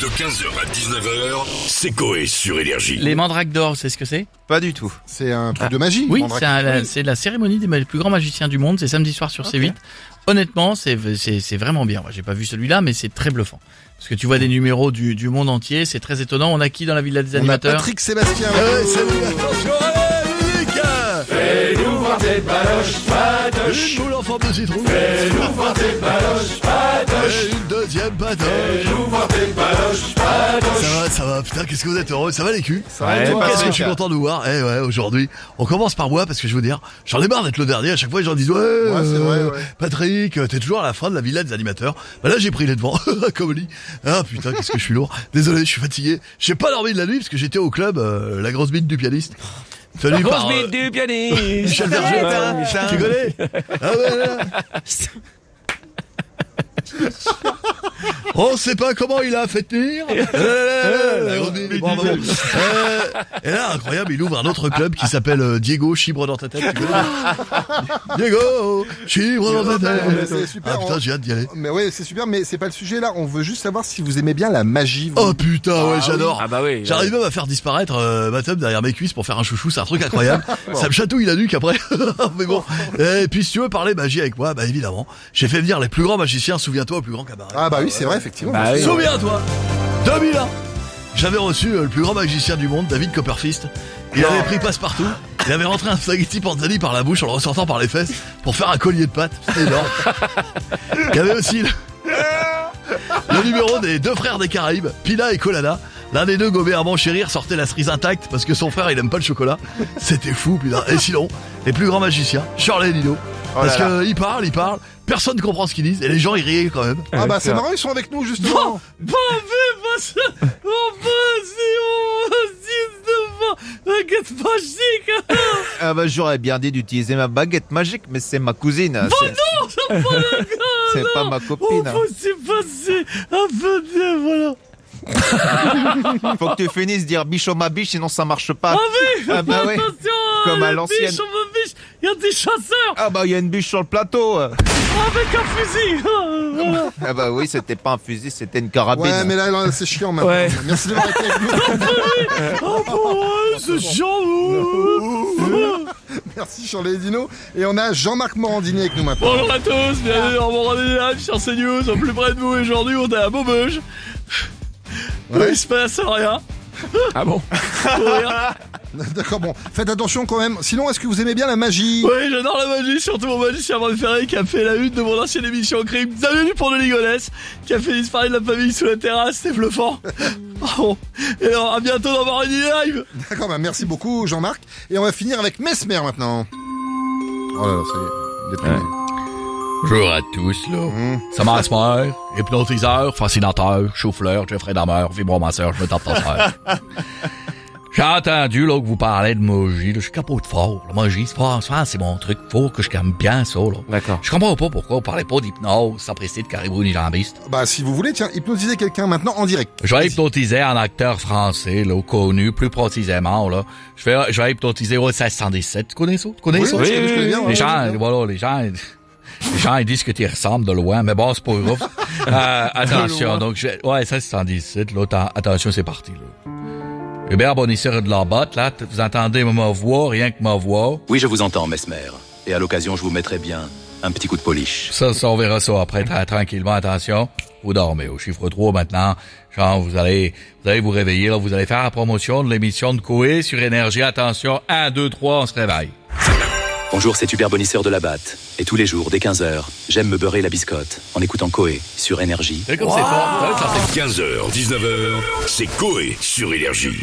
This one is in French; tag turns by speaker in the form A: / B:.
A: De 15h à 19h, c'est Coé sur Énergie.
B: Les mandrakes d'or, c'est ce que c'est
C: Pas du tout.
D: C'est un truc
B: Ah.
D: de magie.
B: Oui,
D: Mandrake.
B: c'est un- la- c'est la cérémonie des ma- plus grands magiciens du monde, c'est samedi soir sur C8. Honnêtement, c'est- c'est c'est vraiment bien. Moi, j'ai pas vu celui-là, mais c'est très bluffant. Parce que tu vois des numéros du, du monde entier, c'est très étonnant. On a qui dans la villa des
D: On a
B: animateurs
D: Patrick Sébastien. Ouais, salut.
C: Une boule en forme de citron. Fais-nous voir tes baloches, patoches. Et une deuxième patoche. Fais-nous voir tes baloches, patoches. Ça va, ça va. Putain, qu'est-ce que vous êtes heureux. Ça va les culs
D: va,
C: Ouais,
D: toi,
C: Qu'est-ce que
D: Patrick
C: je suis content de vous voir. Eh ouais, aujourd'hui, on commence par moi parce que je veux dire, j'en ai marre d'être le dernier. À chaque fois, les gens disent ouais, euh,
D: vrai, ouais.
C: Patrick, euh, t'es toujours à la fin de la villa des animateurs. Bah là, j'ai pris les devants, comme on dit. Ah putain, qu'est-ce que je suis lourd. Désolé, je suis fatigué. J'ai pas dormi de la nuit parce que j'étais au club, euh, la grosse bite du pianiste. Tenu
B: Oh,
C: par, euh,
E: du pianiste.
C: Michel Berger, putain, tu connais Ah ouais, là. On sait pas comment il a fait tenir. Là, là, là, là, la grosse bite. Bravo. Euh, Et là, incroyable, il ouvre un autre club qui s'appelle euh, Diego Chibre dans ta tête. tu connais Diego Chibre dans ta
D: Mais
C: tête.
D: c'est super,
C: Ah putain,
D: on-
C: j'ai hâte d'y aller.
D: Mais ouais, c'est super, mais c'est pas le sujet là. On veut juste savoir si vous aimez bien la magie. vous.
C: Oh putain, ouais, j'adore.
E: Ah bah oui.
C: J'arrive même à faire disparaître euh, ma teub derrière mes cuisses pour faire un chouchou, c'est un truc incroyable. Ça me chatouille la nuque après. Mais bon. Et puis si tu veux parler magie avec moi, bah évidemment, j'ai fait venir les plus grands magiciens, souviens-toi, au plus grand cabaret.
D: Ah bah oui, c'est vrai, effectivement.
E: Bah oui.
C: Souviens-toi 2001 J'avais reçu euh, le plus grand magicien du monde, David Copperfist. Il avait pris passe-partout. Il avait rentré un spaghetti panzani par la bouche en le ressortant par les fesses pour faire un collier de pâtes. C'était énorme. Il y avait aussi le, le numéro des deux frères des Caraïbes, Pila et Colada. L'un des deux gobait un renchérir, sortait la cerise intacte parce que son frère il aime pas le chocolat. C'était fou, putain. Et sinon, les plus grands magiciens, Charlie et Lino.
D: Oh là
C: Parce
D: là.
C: qu'il parle, il parle, personne ne comprend ce qu'ils disent et les gens ils riaient quand même.
D: Ah bah c'est marrant, ils sont avec nous justement.
C: Bon, mais, bon, ça- bon, bon,
F: Ah bah j'aurais bien dit d'utiliser ma baguette magique, mais c'est ma cousine. c'est... C'est pas ma copine. Faut que tu finisses de dire biche au ma biche, sinon ça marche pas. Ah oui bah oui Comme à l'ancienne.
B: Il y a des chasseurs
F: Ah bah il y a une biche sur le plateau.
B: avec un fusil
F: Ah bah oui, c'était pas un fusil, c'était une carabine.
D: Ouais, mais là, là, c'est chiant maintenant.
E: Ouais.
D: Merci d'avoir été avec nous.
B: C'est chiant
D: Merci Charlie et Dino. Et on a Jean-Marc Morandini avec nous maintenant.
B: Bonjour à tous, bienvenue dans mon rendez-vous live sur CNews, au plus près de vous. Et Aujourd'hui, on est à Maubeuge. Où il se passe rien.
E: Ah bon
B: Pour rien.
D: D'accord, bon, faites attention quand même. Sinon, est-ce que vous aimez bien la magie
B: Oui, j'adore la magie, surtout mon magicien préféré qui a fait la une de mon ancienne émission Crime, Xavier Dupont de Ligonnès, qui a fait disparaître la famille sous la terrasse, c'était bluffant. Pardon. Et alors, à bientôt dans mon Rendez-vous live.
D: D'accord, bah merci beaucoup Jean-Marc. Et on va finir avec Mesmer maintenant. Oh là là, ça y est. déprimé.
B: Bonjour à tous, là.
D: Mmh.
B: Ça Mesmer, hypnotiseur, fascinateur, chauffleur, Jeffrey Dahmer, vibromasseur, je me tape ta sœur. J'ai entendu, là, que vous parlez de magie, là, je suis capot de fort. La magie, c'est fort, ça, c'est mon truc, faut que je calme bien ça, là.
E: D'accord.
B: Je comprends pas pourquoi on parlait pas d'hypnose, sans préciser de caribou ni jambiste.
D: Bah si vous voulez, tiens, hypnotisez quelqu'un maintenant en direct.
B: Je vais hypnotiser un acteur français, là, connu, plus précisément, là. Je vais, je vais hypnotiser au 1617. Tu connais ça? Tu connais
D: Oui,
B: ça?
D: oui, je connais bien,
B: Les
D: ouais,
B: gens,
D: ouais.
B: voilà, les gens, les gens, ils disent que tu ressembles de loin, mais bon, c'est pas grave. Euh, attention, donc, je, ouais, ça, c'est 117, là, t'en- attention, c'est parti, là. Hubert Bonisseur de la botte, là, t- vous entendez ma voix, rien que ma voix.
G: Oui, je vous entends, Mesmer. Et à l'occasion, je vous mettrai bien un petit coup de polish.
B: Ça, ça, on verra ça après, tra- tranquillement, attention. Vous dormez au chiffre 3 maintenant. Genre, vous allez, vous allez vous réveiller, là, vous allez faire la promotion de l'émission de Coé sur Énergie. Attention, 1, 2, 3, on se réveille.
G: Bonjour, c'est Hubert Bonisseur de la Batte. Et tous les jours, dès 15h, j'aime me beurrer la biscotte en écoutant Coé sur Énergie.
B: C'est comme c'est fort. Ça, ça fait
A: 15h, 19h, c'est Coé sur Énergie.